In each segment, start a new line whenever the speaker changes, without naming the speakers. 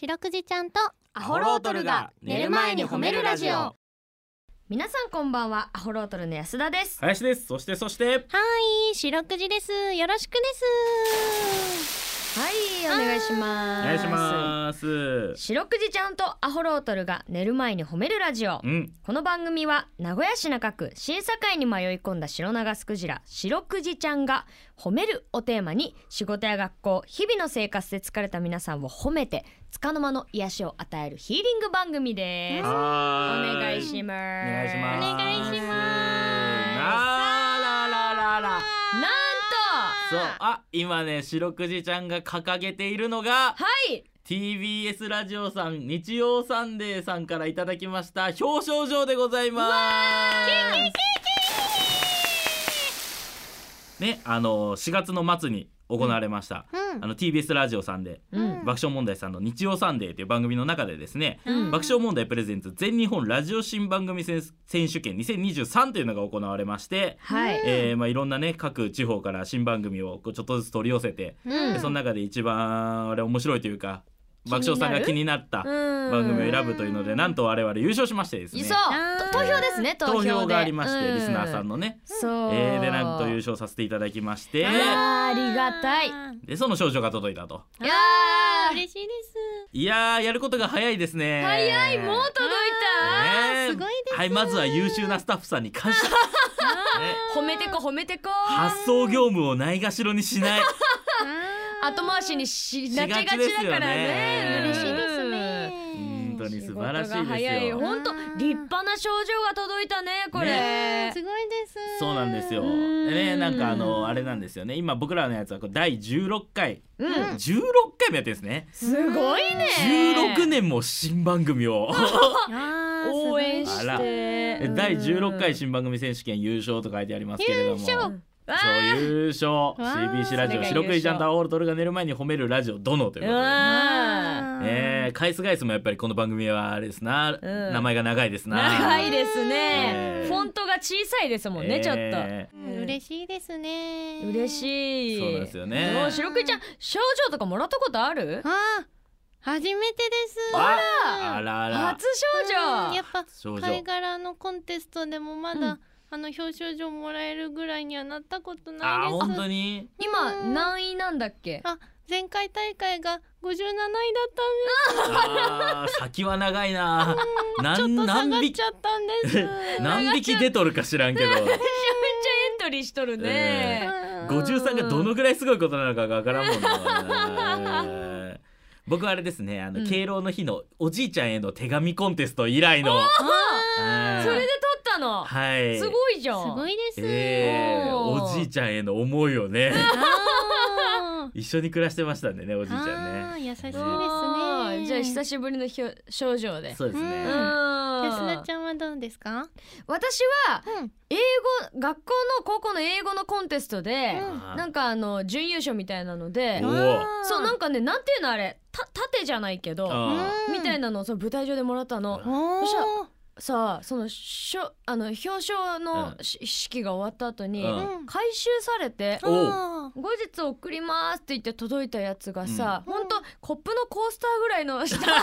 白くじちゃんと
ア
ホロートルが寝る前に褒めるラジオ
皆さんこんばんはアホロートルの安田です
林ですそしてそして
はい白くじですよろしくです
はいお願いし
お
ます
願いします
白くじちゃんとアホロートルが寝る前に褒めるラジオ
うん
この番組は名古屋市中区審査会に迷い込んだ白長スクジラ白くじちゃんが褒めるをテーマに仕事や学校日々の生活で疲れた皆さんを褒めて束の間の癒しを与えるヒーリング番組ですお
はー
願いし
お
ます
願いします
お願いします
あらららら
なんと
そうあ今ね白くじちゃんが掲げているのが
はい
TBS ラジオさん日曜サンデーさんからいただきました表彰状でございますねあの4月の末に行われました、
うん
あの TBS ラジオさんで
うん
爆笑問題さんの日曜サンデーという番組の中でですね、
うん
爆笑問題プレゼンツ全日本ラジオ新番組選選手権2023というのが行われまして、
はい
えーまあ、いろんなね各地方から新番組をこうちょっとずつ取り寄せて、
うん
でその中で一番あれ面白いというか爆笑さんが気になった番
番
組を選ぶというのでなんと我々優勝しましてですね
そう
あー
投票ですね投票
投
で
票がありまして、
う
リスナーさんのね、
そう、
えーでなんと優勝させていただきまして
あらありがたい
い
でその賞状が届いたと
いやー
嬉しいです
いやーやることが早いですね
早いもう届いた、
ねえ
すごいです
はいまずは優秀なスタッフさんに感謝ね
褒めてこ褒めてこ
発送業務をないがしろにしない
後回しにし
し
な
が
き
ち
がちだからね
です
嬉
よ
しいです
うん
本
ね
当に素晴らしい
仕事が
で
早
す
い
よ
本当立派な症状が届いたねこれ
ね
すごいです
そうなんですよで
ん
ねなんかあのあれなんですよね今僕らのやつはこう第16回
うん
16回もやってるんですね
すごいね
16年も新番組を
あーすご
応
い
援し
あら
て
え 第16回新番組選手権優勝と書いてありますけれども
優勝
わ
そう優勝
ー
CBC ラジオ
それが優勝
白くじちゃんと青オルトルが寝る前に褒めるラジオ殿という
う
ことで
わ
えー、返す返すもやっぱりこの番組はあれですな、
うん
名前が長いですな
長いですね
えー
フォントが小さいですもんねちょっと
え
うん嬉しいですね
うん嬉しい
そうなんですよね
もう白くじちゃん症状とかもらったことある
あー初めてです
ーああらあら
初症
うん
状
やっぱ
症状
貝殻のコンテストでもまだ、
うん
あの表彰状もらえるぐらいにはなったことない
あ
で
ー
す。
本当に
今何位なんだっけ
あ前回大会が57位だ
あー 先は長いな
ったんです。ち
何
ょっと下が
何
っ
匹
ちゃったんです。
何匹出とるか知らんけど
めちゃめちゃエントリーしとるね。
53がどのぐらいすごいことなのかがわからんもんな、えー僕はあれですねあの、
うん
敬老の日のおじいちゃんへの手紙コンテスト以来の、
あ
え
あ
ー
それで取ったの。
はい
すごいじゃん。
すごいです。
えー
お
お
ー
じいちゃんへの思いをね
あー
一緒に暮らしてましたんでねおじいちゃん
あ
ね
ー優しいですね。
すごいじゃあ久しぶりのひょ症状で。
そうですね、
うん
ん
安田ちゃんはどうですか？
私は
うん。
英語学校の高校の英語のコンテストで、
うん
あー
なんかあの準優勝みたいなので
おー、
そうなん
か、
かねなんていうのあれた縦じゃないけど
あ
みたい
な。
なのをそう舞台上でもらったの。
おー
そしたらさあそのしょあの表彰のし式が終わった後に、
うん
うん
回収されて
おう
あ
後日送りますって言って届いたやつがさ、
うん
ほんとコップのコースターぐらい の下
ーおー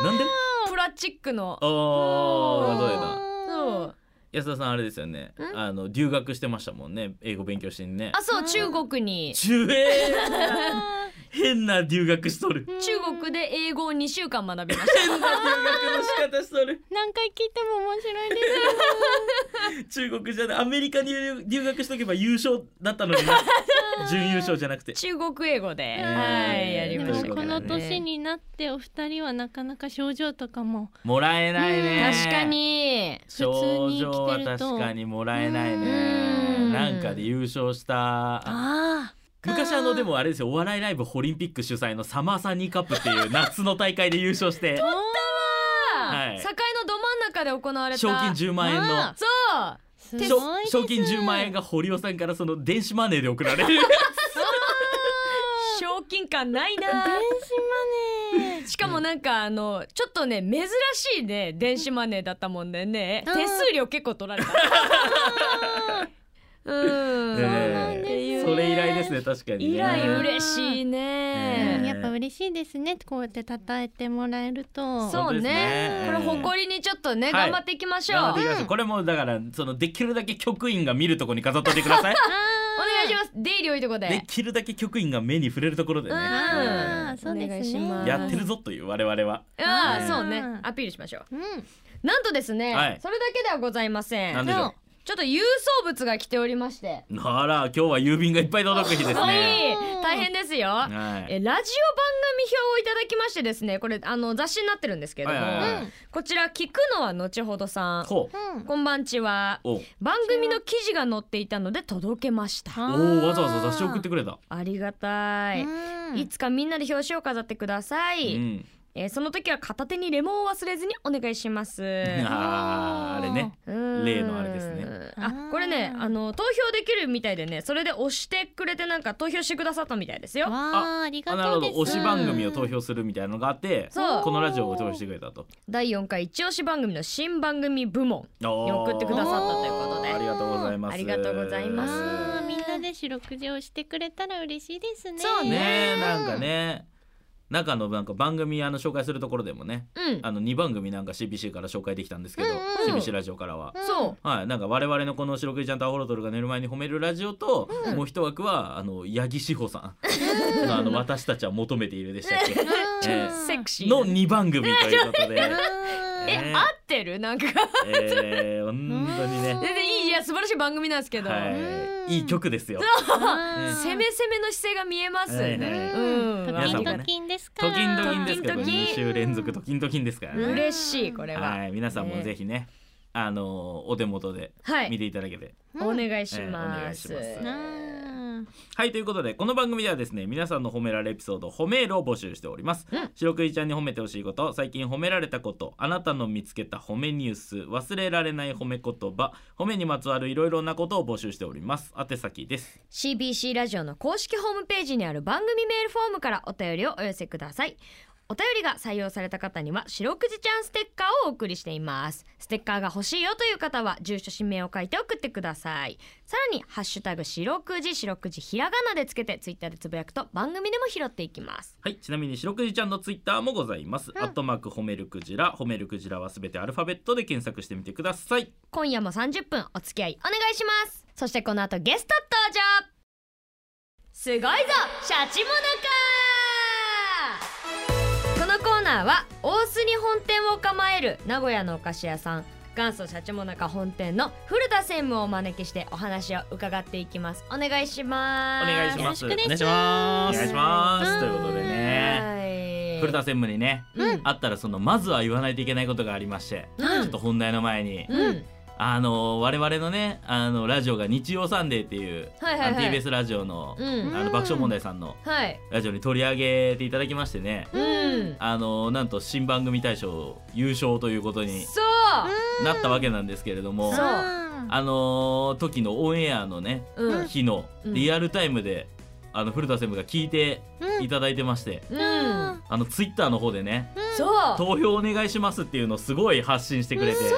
ーなんで
プラスチックの
あ
ー
あどうやな
そう
安田さんあれですよね
ん
あの留学してましたもんね英語勉強してね
あそううん中国に
中えー変な留学しとる
うん
中国で英語を2週間学 びました
変な留学の仕方しとる
何回聞いても面白いです
中国じゃないアメリカに留留学しとけば優勝だったの にな準優勝じゃなくて
中国英語で、
えー
はいや
あ
りま
でも
したけど、
こ
ね、
の年になってお二人はなかなか症状とかも
もらえないね
確かに
賞状は確かにもらえないね
うん
なんかで優勝した
あ
昔あのでもあれですよお笑いライブオリンピック主催のサマーサニーカップっていう夏の大会で優勝してはい
境のど真ん中で行われた
賞金10万円の
そう
す
しょ
ごいです
賞金10万円が堀尾さんからその電子マネーで送られる
賞金感ない な
電子マネー
しかもなんかあのちょっとね珍しいね電子マネーだったもんでね
うん
手数料結構取られた。うん、
そ
え
うなんです
っていう
それ以来ですね確かにね
以来嬉しいね
ね
うんやっぱ嬉しいですねこうやって叩えてもらえると
う
そう
本当です
ね
ね
これ誇りにちょっと
はい
ね頑張っていきましょうお
頑張って
願
い
い
きましょうこれもだからそのできるだけ局員が見るとこに飾っといてください
します出入り多いとこで
できるだけ局員が目に触れるところでね
あーそうですね
お願いします
やってるぞという我々は
あ
う
あ
ん
そうねアピールしましょう
うん
なんとですね、
はい
それだけではございません
なんでしょう
ちょっと郵送物が来ておりまして
あら今日は郵便がいっぱい届く日ですね
はい大変ですよ、
はい
えラジオ番組表をいただきましてですねこれあの雑誌になってるんですけれども、
はいはいはい
こちら聞くのは後ほどさん
ほう
うん
こんばんちは
おう
番組の記事が載っていたので届けました
おうわざわざ雑誌送ってくれた
ありがたい、
うん
いつかみんなで表紙を飾ってくださ
う
い、
ん
えーその時は片手にレモンを忘れずにお願い します
あーあれね
うん
例のあれですね
あこれねあの投票できるみたいでねそれで押してくれてなんか投票してくださったみたいですよ
わあありが
あなる
と
ほ
う
ど
です
推し番組を投票するみたいなのがあって
そう
このラジオを投票してくれたと
第4回一押し番組の新番組部門
お
に
ー
送ってくださったということで
ありがとうございます
ありがとうございます
あーみんなで四六時をしてくれたら嬉しいですね
そう
ねえなんかね中のなんか番組あの紹介するところでもね
うん
あの2番組なんか CBC から紹介できたんですけど、
うん
うん
CBC ラジオからは、
そう
はいなんか我々のこの「白クイちゃんとアホロトルが寝る前に褒めるラジオと」
うん
もう一枠はあの八木志保さ んのあの「私たちは求めている」でしたっけ
うん
えー
セクシー
の2番組ということ で、
うん
え、
ね
合ってるなんか
えー、本当にね、
全然いいいや素晴らしい番組なんですけど、
はい、いい曲です
う
よ。
ん
攻め攻めの姿勢が見えます
はい
う
はい
ね、
ん
うん
トキン
皆さんも
ト
ね
キンですか
ト
ら
キントキンですけど
トキントキン
2週連続トキントキンですからね。
嬉しいこれは
はい、皆さんもぜひね、あのーお手元で
はい
見ていただけて。
うん
お願いします,、
えーお願いします
うん
はい、ということで、この番組ではですね、皆さんの褒められエピソード、褒めールを募集しております。
うん
白くじちゃんに褒めてほしいこと、最近褒められたこと、あなたの見つけた褒めニュース、忘れられない褒め言葉、褒めにまつわるいろいろなことを募集しております。宛先です。
CBC ラジオの公式ホームページにある番組メールフォームからお便りをお寄せくださいお便りが採用された方には白くじちゃんステッカーをお送りしていますステッカーが欲しいよという方は住所氏名を書いて送ってくださいさらにハッシュタグ白くじ白くじひらがなでつけてツイッターでつぶやくと番組でも拾っていきます
はい、ちなみに白くじちゃんのツイッターもございます。アットマーク褒めるクジラ、褒めるクジラはすべてアルファベットで検索してみてください。
今夜も30分お付き合いお願いしますそしてこの後ゲスト登場すごいぞシャチモナカこのコーナーは大須に本店を構える名古屋のお菓子屋さん元祖シャチモナカ本店の古田専務をお招きしてお話を伺っていきますお願いします
お願いします。
よろしくです
お願いします。お願いします。ということでね、
ね
古田専務にね、
うん
あったらそのまずは言わないといけないことがありまして、
うん
ちょっと本題の前に、
うん
あの我々のね、あのラジオが日曜サンデーっていう、
はいはいはい
あの TBS ラジオの、
うん
あの爆笑問題さんの
はい
ラジオに取り上げていただきましてね、
うん
あのなんと新番組大賞優勝ということに
そう
なったわけなんですけれども、
そう
あの時のオンエアのね、
うん
日の
うん
リアルタイムで、あの古田専務が聞いていただいてまして、
うん、
うん
あのツイッターの方でね、
そう
投票お願いしますっていうのをすごい発信してくれて、
なんで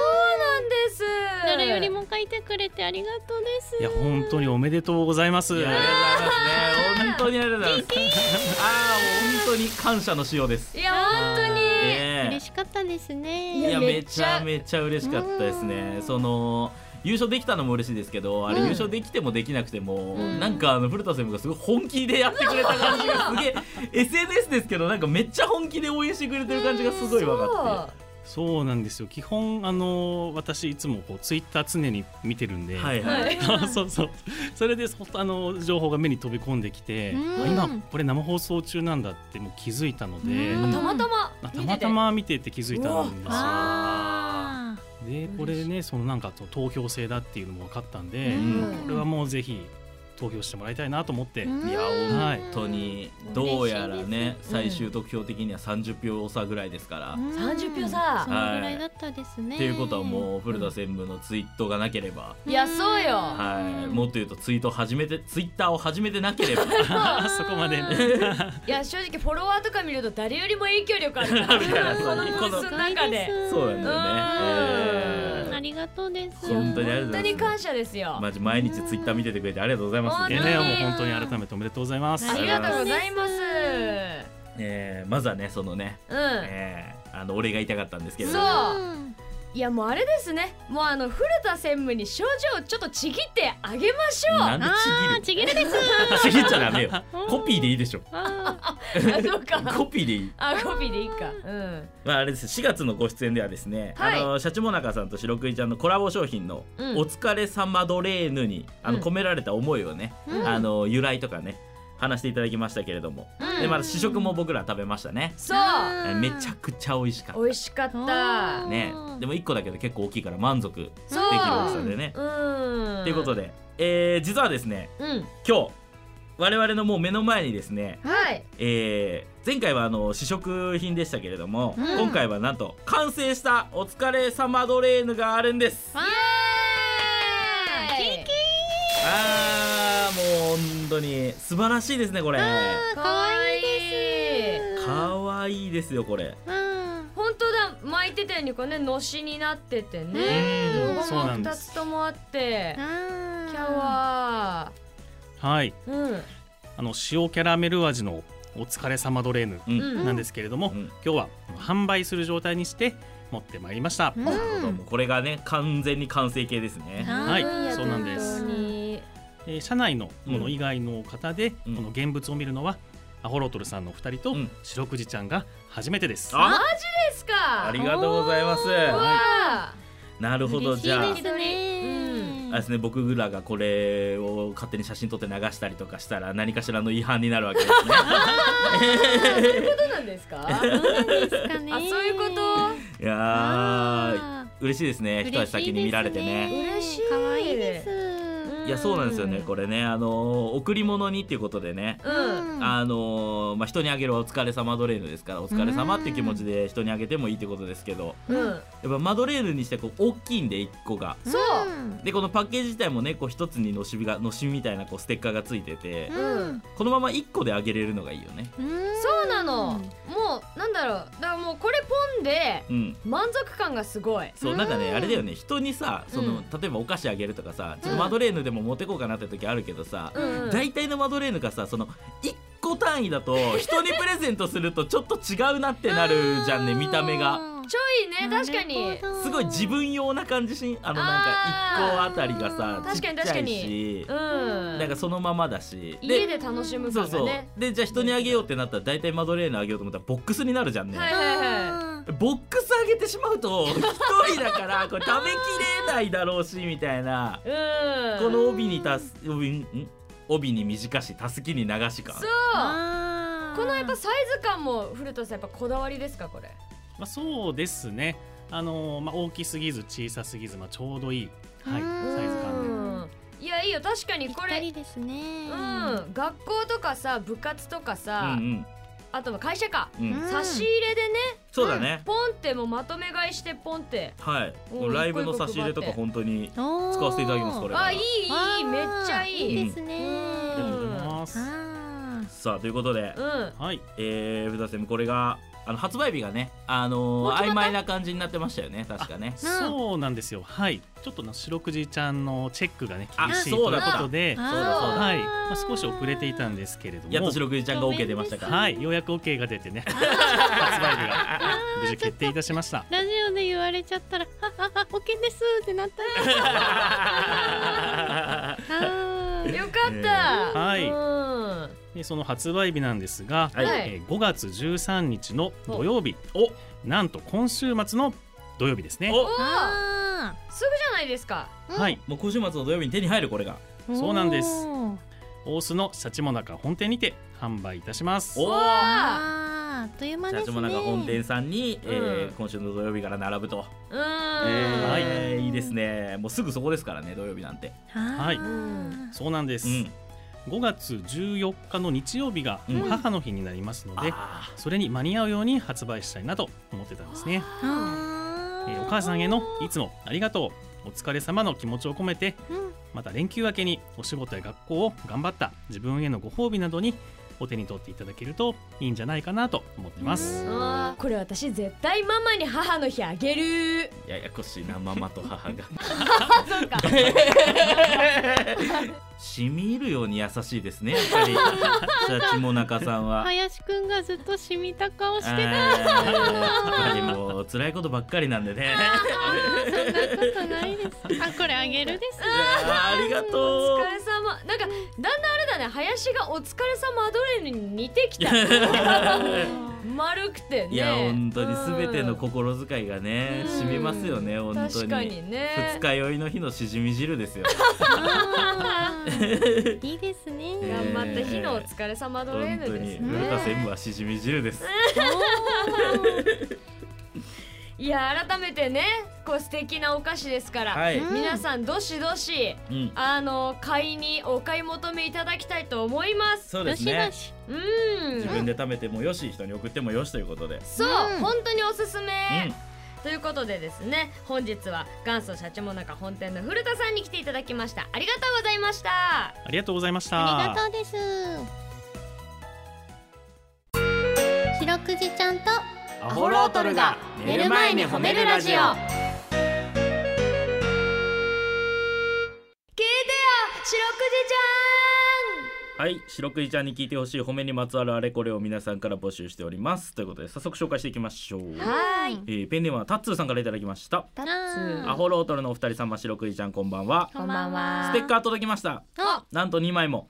す
誰よりも書いてくれてありがとうです
いや本当におめでとうございます。
いやありがとうございますね。本当にありがとうございます。ああ、もう本当に感謝の塩です。
いや本当に、
ね
嬉しかったです
い
ね
や
め
め
っち
ち
ゃ
ゃめちゃ嬉しかったです
う
ね
ん。
その優勝できたのも嬉しいですけど、あれ
うん
優勝できてもできなくても、
うん
なんかあの古田専務がすごい本気でやってくれた感じがすげ え SNS ですけどなんかめっちゃ本気で応援してくれてる感じがすごい分かっ
そうなんですよ。基本あの私いつもこうツイッター常に見てるんで、
て、はい
そう
はい。
はい
あ そうそう。それでそあの情報が目に飛び込んできて、
うん
あ今これ生放送中なんだってもう気づいたので、
うん
たまたま
あ
見てて
たまたま見てて気づいたんですよ。
あ
でこれねそのなんかそう投票制だっていうのも分かったんで、
うん
これはもうぜひ投票してもらいたいなと思って、
ー
いや
うん
はい
本当にどうやらね
嬉しいで
最
す
終得票的には30票差ぐらいですから。
うん
30票差
そのぐらいだったですね
っていうことはもう古田専務のツイートがなければ、
いやそうよ
はい、もっと言うとツイート始めてツイッターを始めてな ければ
そこまで、
いや正直フォロワーとか見ると誰 よりも影響力あるなこのブースの中で
そうなんだよね
うん
えー
ありりがとうです
いや
本当にありがとうございます
本当に感謝ですよ、
マジ毎日ツイッター見ててくれてありがとうございます
本当
い
に
や
ね。
ねもう本当に改めておめでとうございます
ありがとうございます
えーまずはねそのね、
うん、
えーあの俺が言いたかったんですけれど
そ
も
う
うん
いやもうあれですねもうあの古田専務に症状をちょっとちぎってあげましょう
なんで
あー
ち
ち
ぎ
ぎ
る
るです
ちぎっちゃダメよコピーでいいでしょ
あ
あそうか
コピーでいい
あコピーでいいかうん
まあ、あれです4月のご出演ではですね、
はい
あのシャチモナカさんと白クイちゃんのコラボ商品の「
うん
お疲れ様ドレーヌに」あ
う
の
ん
込められた思いをね、
うん
あの由来とかね話していただきましたけれども、
うん
でまだ試食も僕ら食べましたね、
そう
うん
めちゃくちゃ美味しかっ
美味しかった
た
おー
ねでも1個だけど結構大きいから満足できる
そ
大き
う
さでね。
うん
ということ
で
で、えー実はですね
うん
今日我々のもう目の前にですね
はい
えー前回はあの試食品でしたけれども、
うん
今回はなんと完成したお疲れ様ドレーヌがあるんです
わーキンキ
あーもう本当に素晴らしいですねこれ
ン可愛いです
す
かわいいですよこれ
うん
本当だ巻いてたようにこうねのしになっててね
う
ロ
ん
ゴ
そう
も
なんで
2
す
つともあって
あー
キャワ
はい
ーうん
あの塩キャラメル味のお疲れ様ドレーヌ
うん、
うん
なんですけれども、
うん
今日は販売する状態にして持ってまいりました、
うん
なるほどもうこれがね完全に完成形ですね
はい
うん
そうなんです
本当に
えー社内のもの以外の方で、
うん
この現物を見るのはアホロトルさんのお二人と、
うん
白くじちゃんが初めてです
あ
ですか
ありがとうございます
わあ
なるほど
嬉し
じ
い
ゃあ
ですね
う
あれですね僕らがこれを勝手に写真撮って流したりとかしたら何かしらの違反になるわけですね
そうなんですかあ
ですかね
そういうこと
いやー嬉しいですね一足先に見られてね
嬉しい
可愛いです。
いやそうなんですよねこれねあのー贈り物にっていうことでね、
うん
あのーまあ、人にあげるお疲れ様ドレーヌですからお疲れ様っていう気持ちで人にあげてもいいってことですけど
う
うん
ん
やっぱマドレーヌにしてこう大きいんで1個が。
そうん
でこのパッケージ自体もねこう1つにのしみがのしみみたいなこうステッカーがついてて
うん
このまま1個であげれるのがいいよね。
そうなのもうなんだろうだからもうこれポンで
うん
満足感がすごい
そうなんかねあれだよね人にさその、
うん
例えばお菓子あげるとかさちょっ
うん
とマドレーヌでも持ってこうかなって時あるけどさ、
うん
大体のマドレーヌがさその1個単位だと人にプレゼントするとちょっと違うなってなるじゃ んね見た目が。
ちょいね確かに
すごい自分用な感じしあのなんか1個あたりがさ
あー
ちっちゃいし
う、ん
なんかそのままだし
家で楽しむ
そ
感
う
が
そう
ね
でじゃあ人にあげようってなったら大体マドレーヌあげようと思ったらボックスになるじゃんね、
はいはいはい
ボックスあげてしまうと一人だからこれ食べきれないだろうしみたいな
うん
この帯にたす帯んん帯に短したすきに流しか
そう
あー
このやっぱサイズ感も古田さんやっぱこだわりですかこれ
まあ、そうですねあのーまあ、大きすぎず小さすぎず、まあ、ちょうどいい、はい、
うん
サイズ
う
感で
ん
うんいやいいよ確かにこ
ぴった
れ
りですね。
うん学校とかさ部活とか
う
さ
ん
あとは会社か
うんうん
うん
差し入れでね
そうだね、
ポンってもうまとめ買いしてポンって
はい
おー
もうライブの差し入れとか
一個
本当に
おー
使わせていただきますこれ
あいいい
あ
い
ー
めっちゃいい
いですね。
う
ありがとうご
ん
ざいます、
あー
さあということで、
うん
はい
えー、ふだせむこれがあの発売日がね、あのー
もう決まった
曖昧な感じになってましたよね確かね
そうなんですよはいちょっとな白くじちゃんのチェックがね
あ
厳しい
そ
と
う
い
だ
うことで
あー
そうだそうだ
はい、まあ、少し遅れていたんですけれども
やっと白くじちゃんが OK 出ましたから
はいようやく OK が出てね発売日が無事決定いたしました
ラジオで言われちゃったら、ははは、オッケーですってなったら。あー
よかった、
はい
うん
でその発売日なんですが、
はい
はい
えー5月13日の土曜日おなんと今週末の土曜日ですね
お
お
ー
あ
すぐじゃないですか
ー
はい
もう今週末の土曜日に手に入るこれが
うん
そうなんです
おー
大須のシャチモナカ本店にて販売いたします
お
わ
あーあっという間
じゃ
で
あ
す
下中本店
ね。
さんに、えー
うん
今週の土曜日から並ぶと、
ーうん、
はい
えーいいですねもうすぐそこですからね土曜日なんて、
は
はい
うん
そうなんです、
うん、
5月14日の日曜日が
うん
母の日になりますので、
あ
それに間に合うように発売したいなと思ってたんですね、
あ
え
ー
ーお母さんへのいつもありがとうお疲れ様の気持ちを込めて
うん
また連休明けにお仕事や学校を頑張った自分へのご褒美などにお手に取っていただけるといいんじゃないかなと思ってます。
あーこれ私絶対ママに母の日あげる
ややこしいなママと母 が
そうか
染み入るように優しいですねやっぱり社長も中さんは
林くんがずっと染みた顔してた
あーやっぱりもう辛いことばっかりなんで ね
そんなことないですあこれあげるです
あーありが
お
とう
疲れ様なんかだんだんあれだね林がお疲れ様アドレルに似て きた丸くてね
いや本当に全ての
こ
心遣いがね
うん
染みますよね本当
確か
に
にね
二日酔いの日のしじみ汁ですよ
あーいいですね
頑張った日のお疲れ様アドレ
本
ル
当
で
に
すね
古田専務はしじみ汁です
いや改めてねこう素敵なお菓子ですから、
はい
うん
皆さんどしどし
うん
あの買いにお買い求めいただきたいと思います
そう
ど
です
しど
ね
し
う
自
ん
分で食べてもよし人に送ってもよしということで
そう、
うん
本当におすすめ、
うん
ということでですね本日は元祖シャチモナカ本店の古田さんに来ていただきましたありがとうございました
ありがとうございました。
ありがとうです白くじちゃんと
ア
ホロートルが
寝る前に褒めるラジオ
聞いてよ白くじち
はい白くじちゃんに聞いてほしい褒めにまつわるあれこれを皆さんから募集しておりますということで早速紹介していきましょう、
ゃんはーい
えーペンネームはタッツーさんからいただきました
タッ
うん
アホロートルのお二人様白くじちゃんこんばんは
こんばんは
ステッカー届きました
あ
なんと2枚も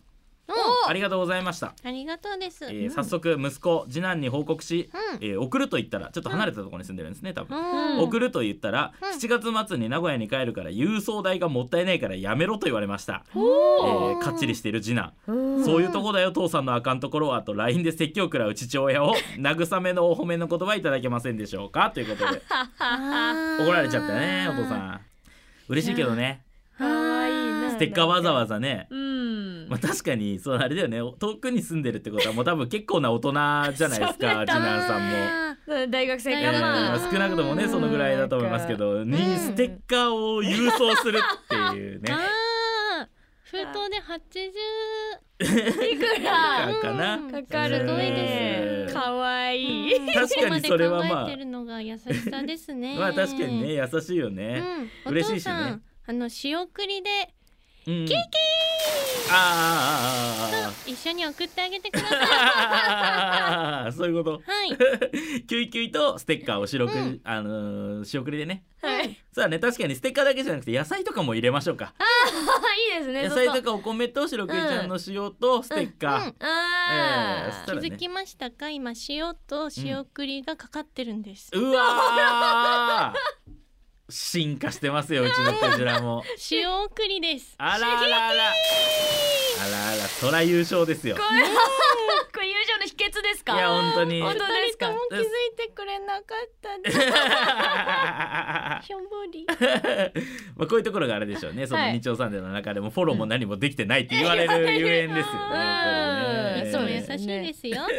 お
ありがとうございました、
ありがとうです、
えー早速息子次男に報告し、
うん
えー送ると言ったらちょっと離れたところに住んでるんですね多分、
うん
送ると言ったら、
うん
7月末に名古屋に帰るから郵送代がもったいないからやめろと言われました、え
お
ーかっちりしている次男
うん
そういうとこだよ父さんのあかんところはと LINE で説教を食らう父親を慰めのお褒めの言葉いただけませんでしょうかということで怒られちゃったねお父さん嬉しいけどね
あーいいな
ステッカーわざわざね
うん
まあ確かにそうあれだよね遠くに住んでるってことはもう多分結構な大人じゃないです
そ
か
う
次
だ
男さんも。
大学生
え
か
ーま
な
あ少なくともねそのぐらいだと思いますけどに
うん
ステッカーを郵送するっていうね
あー封筒で八十
いく
からかな
うん
かかる
すごい
え
で
ー
す。
かわいい
確かにそれはまあ
そこまで考えてるのが優しさですね。
まあ確かにね優しいよね。
うん。
嬉し
お
い
父
しね
さんあの仕送りで
ケーキーあ
一緒に送ってあげてください。
ーあーあーあーあー そういうこと
はい。
キュイキュイとステッカーを白く、
うん
あのー仕送りでね
はい
さあね確かにステッカーだけじゃなくて野菜とかも入れましょうか
いいですね
野
ち
菜
ょっ
とかお米と白くじちゃんの塩とステッカ
う
ー、
んうん
え
あ
ー
ー
そしたらね
気づきましたか今塩と仕送りがかかってるんです。
うわー進化してますようちのクジラも
塩送りです。
あらあらあらあらあらそら優勝ですよ
これ これ友情の秘訣です
い
か
や本当に
本 当ですか
二人とも気づいてくれなかったです。しょんぼり。
まあこういうところがあれでしょうねその
はい
日曜サンデーの中でもフォローも何もできてないって言われるゆえんですよねやっぱ
い
りね
え
つ
ー
も
そう
優
です
しいですよ。う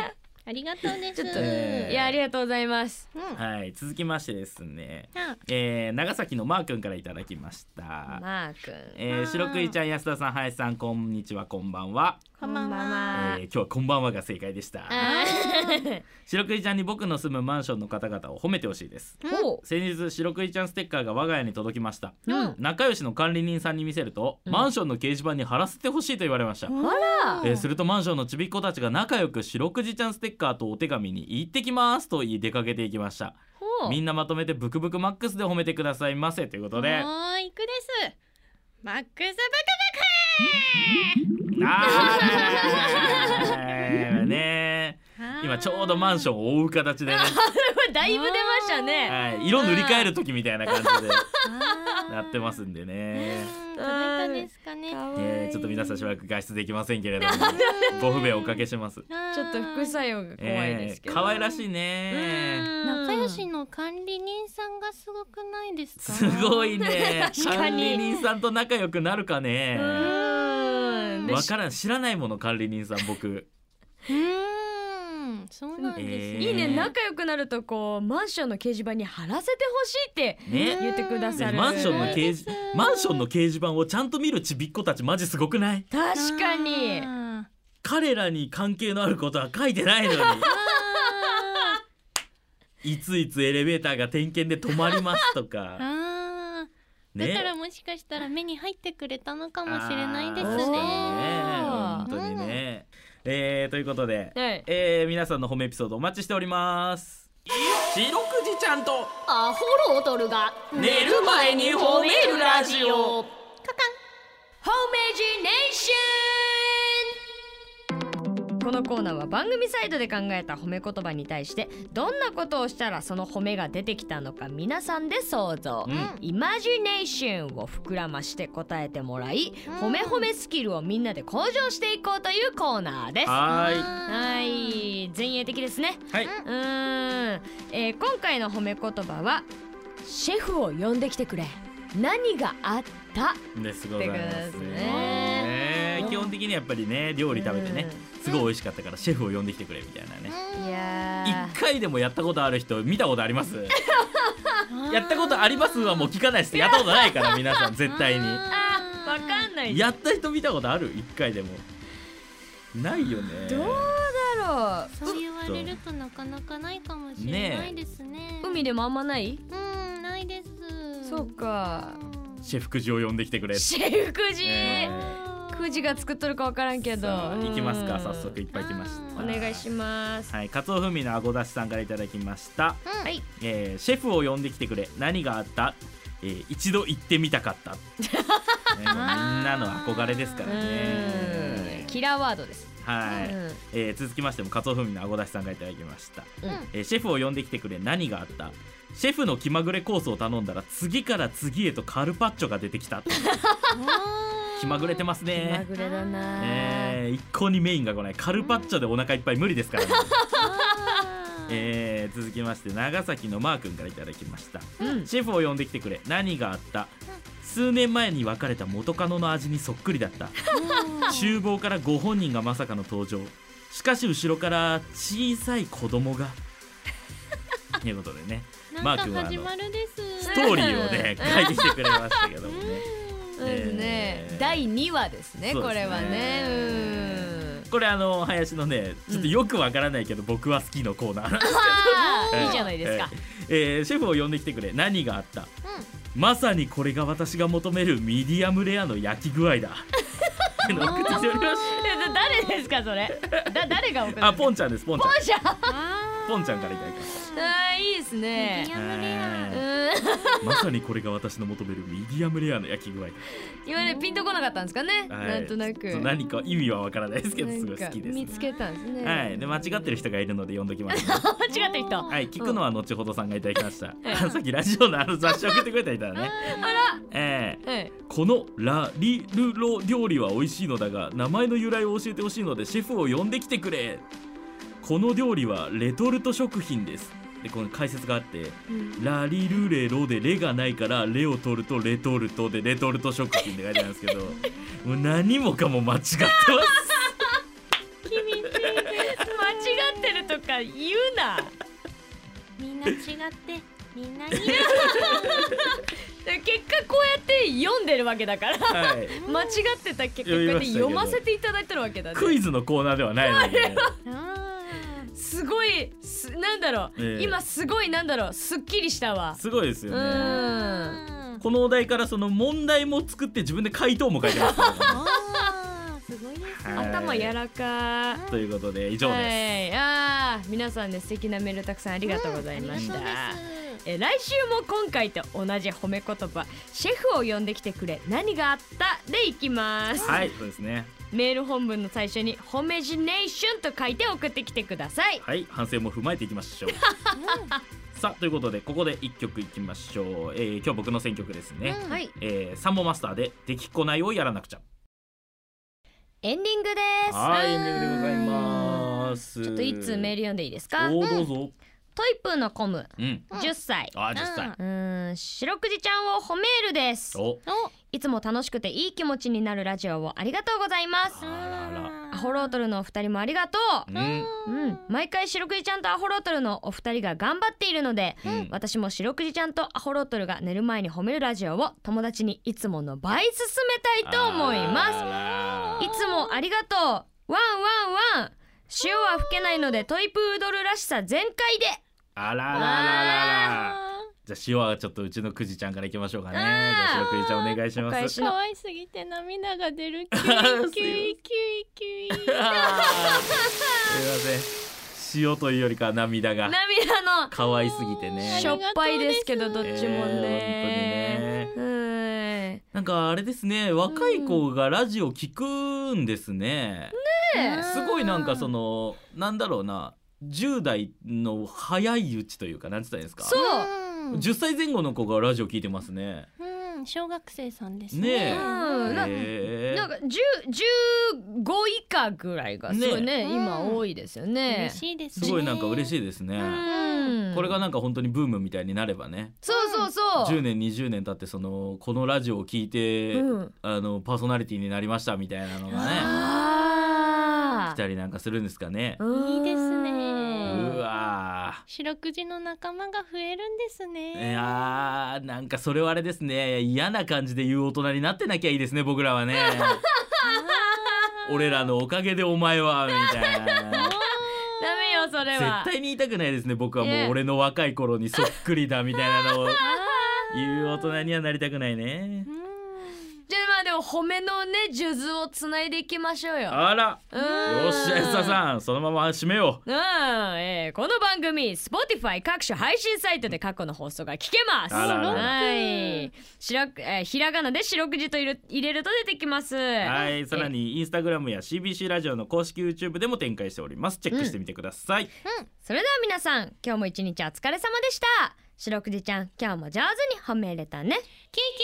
ん ありがとうです。
ちょっと
えー
いやありがとうございます
うん
はい続きましてですね
あ
えー長崎のマー君からいただきました
マー君
えー白くいちゃん安田さん林さんこんにちはこんばんは
こんばん
え
は。
ー今日はこんばんはが正解でした
あ
白くじちゃんに僕の住むマンションの方々を褒めてほしいです
ー
お
先日白くじちゃんステッカーが我が家に届きました
うん
仲良しの管理人さんに見せると、
うん
マンションの掲示板に貼らせてほしいと言われました、
うん
あ
えーするとマンションのちびっ子たちが仲良く白くじちゃんステッカーとお手紙に行ってきますと言い出かけていきました
ほう
みんなまとめてブクブクマックスで褒めてくださいませということ で
もう行くです。マックスブク
あーね
ブク。
今ちょうどマンションを覆う形でね、
だいぶ出ましたね
はい、色塗り替える時みたいな感じで
ョ
なってますんで ね。
届いたですかね。
えー、ちょっと皆さんしばらく外出できませんけ れどもご不便をおかけします。
ちょっと副作
用。
用が怖いで
え
すけ
ー、
ど
可愛らしいね。
仲良しの管理人さんがすごくないですか。
すご いね。
確かに
管理人さんと仲良くなるかね
う。ーんで
わからん知らないもの管理人さん僕。
うーん、そうなんです
えー
いいね仲良くなるとこうマンションの掲示板に貼らせてほしいって
ね
言ってくださ
で
る
マンションの掲
す
示
ごいです
マンションの掲示板をちゃんと見るちびっ子たちマジすごくない？
確かに
あ
彼らに関係のあることは書いてないのに いついつエレベーターが点検で止まりますとか
あーだからもしかしたら目に入ってくれたのかもしれないです
あーそうね
ね。
本当にね、えーということで、
はい
えー皆さんの褒めエピソードお待ちしております白くじちゃんと
アホロドルが
寝る前に褒めるラジオ
ホーメージネーションこのコーナーは番組サイドで考えた褒め言葉に対してどんなことをしたらその褒めが出てきたのか皆さんで想像、
う
イマジネーションを膨らまして答えてもらい、褒め褒めスキルをみんなで向上していこうというコーナーですは
は
ーい前衛的ですね
ーいはいう
ーん、えー今回の褒め言葉はシェフを呼んできてくれ何があった
ですございます
ってことですね
ねね基本的にやっぱりね料理食べてねすごい美味しかったからシェフを呼んできてくれみたいなね
いや
一回でもやったことある人見たことありますやったことありますはもう聞かないですやったことないから皆さん絶対に
あわかんない
やった人見たことある一回でもないよね
どうだろ
そう言われるとなかなかないかもしれないですね。
う海でもあんまない、
うん、ないです。
そうか
うん。
シェフくじを呼んできてくれ
シェフくじ、
え
くじが作っとるかわからんけど
さあ行きますか
うん
早速いっぱい来まし
お
た
願いします
はいカツオふみのあごだしさんからいただきました、
はい
えーシェフを呼んできてくれ何があった、えー一度行ってみたかった、ねみんなの憧れですか
う
らね
んキラーワードです、
はい、
うん
えー続きましてもカツオふみのあごだしさんからいただきました、
うん
えーシェフを呼んできてくれ何があったシェフの気まぐれコースを頼んだら次から次へとカルパッチョが出てきた気まぐれてます
気ま
ね
ぐれだな、
えー一向にメインが来ないカルパッチョでお腹いっぱい無理ですからね、えー続きまして長崎のマー君からいただきました
うん
シェフを呼んできてくれ何があった数年前に別れた元カノの味にそっくりだ った厨房からご本人がまさかの登場しかし後ろから小さい子供 がということでねマ
なん
ー
か
君は
始ま
あの
るです。
ストーリーをね書いてきてくれましたけどもね
うんね、
えー
第2話ですね
そうですね
これはねうん
これあの林のねちょっとよくわからないけど、僕は好きのコーナーなんです
あ
けど
ーいいじゃないですか、
え ーえーシェフを呼んできてくれ何があった、まさにこれが私が求めるミディアムレアの焼き具 合だっていうのを送ってきておりまし
えだ誰ですかそれだ誰が送る
たあポンちゃんですポンちゃん
じゃあ
ポンちゃんからいただきまし
ーいいですね
ミディ
た
アムレア。
う
え
ん
ーまさにこれが私の求めるミディアムレアの焼き具合
今ねピンとこなかったんですかね、
はい
なんとな
ちょっ
く
と何か意味はわからないですけどすごい好き
な
で
ん
す、
か見
ね、
つけたんですね、
はいで間違ってる人がいるので読んどきます、ね
間違ってる人
はい、聞くのは後ほどさんがいただきました。あ さっきラジオのあの雑誌送ってくれた人だね。ええ
はい
このラリルロ料理は美味しいのだが、名前の由来を教えてほしいのでシェフを呼んできてくれ。この料理はレトルト食品です。で、この解説があって、ラリルレロでレがないからレを取るとレトルトでレトルト食品って書いてあるん ですけど、もう何もかも間違ってます。
間違ってるとか言うな
みんな違って、みんなに。
で結果こうやって読んでるわけだから
はい。
間違ってた結果こ
読
う
み
やっ
ま
て
したけど
読ませていただいてるわけだね
クイズのコーナーではないので、ね。
すごいすなんだろう、
ええ
今すごいなんだろうすっきりしたわ
すごいですよ
う
ね。
ん
このお題からその問題も作って自分で回答も書いてますからね、
あーすごいです。
はい
頭やらか
ということで以上
は
で
いあー皆さんね素敵なメールたくさんありがとうございました、え来週も今回と同じ褒め言葉シェフを呼んできてくれ何があったでいきます
す。はい、そうですね。
メール本文の最初に褒めジネーションと書いて送ってきてください
はい、反省も踏まえていきま しょう。さあということでここで一曲いきましょう。えー今日僕の選曲ですね。
はい
えーサンボマスターでできっこないをやらなくちゃ。
エンディングです
はい、エンディングでございます。
ちょっといつメ
ル
ール読んでいいですか
おおどうぞ。
トイプーのコム
うん。
うん
10歳
あー10歳。
うーん白くじちゃんを褒めールです
お。
お、
いつも楽しくていい気持ちになるラジオをありがとうございます
あらら。
アホロートルのお二人もありがとう
うん。
うん、毎回白くじちゃんとアホロートルのお二人が頑張っているので、
うん
私も白くじちゃんとアホロートルが寝る前に褒めるラジオを友達にいつもの倍進めたいと思います
あ
いつもありがとうワンワンワン塩は吹けないのでトイプードルらしさ全開で
あらららららじゃあ塩はちょっとうちのくじちゃんからいきましょうかねじ
あー
ゃあ塩くじちゃんお願いし
お
ま
返
す
しの
可愛すぎて涙が出る。キュイキュイキュイキュイ。
あーすいません塩 というよりかは涙が
涙の
可愛すぎてね
しょっぱいですけどどっちも
えー
ね,、
本
うーん
なんかあれですね若い子がラジオ聞くんですね、
ね
すごいなんかそ
の。
のなんだろうな10代の早いうちというかなんて言ったらいいんですか
そ
うん
う
10歳前後の子がラジオ聞いてますね
うん、小学生さんです
ねえ
ね。
うんな
へー
なんか10 15以下ぐらいがすごいね
ね
今
うん
多いですよね
嬉しいです
す
ね。
ごいなんか嬉
い。
しいですね、
うん
これがなんか本当にブームみたいになればね
そうそうそう
10年20年経ってそのこのラジオを聞いて、
うん
あのパーソナリティになりましたみたいなのがね
あ
来
ー
たりなんかするんですかね、
うん
いいですね
う
うん
わ
白くじの仲間が増えるんです
ーい
ね。
やーなんかそれはあれですね嫌な感じで言う大人になってなきゃいいですね僕らはね俺らのおかげでお前はみたいな
ダメよそれは
絶対に言いたくないですね僕はも
ね
う俺の若い頃にそっくりだみたいなのを言う大人にはなりたくないね
うん
じゃあまあでも褒めのね数珠をつないでいきましょうよ
あら
よ
よっしゃ安田さんそのまま締めよ
うん、えーこの番組 Spotify 各種配信サイトで過去の放送が聞けます
あらら
はい白く、えーひらがなで白くじと入れ入れると出てきます
う
は
はいさらにインスタグラムや CBC ラジオの公式 YouTube でも展開しておりますチェックしてみてください、
それでは皆さん今日も一日お疲れ様でした白くじちゃん今日も上手に褒めれたね
キュイキ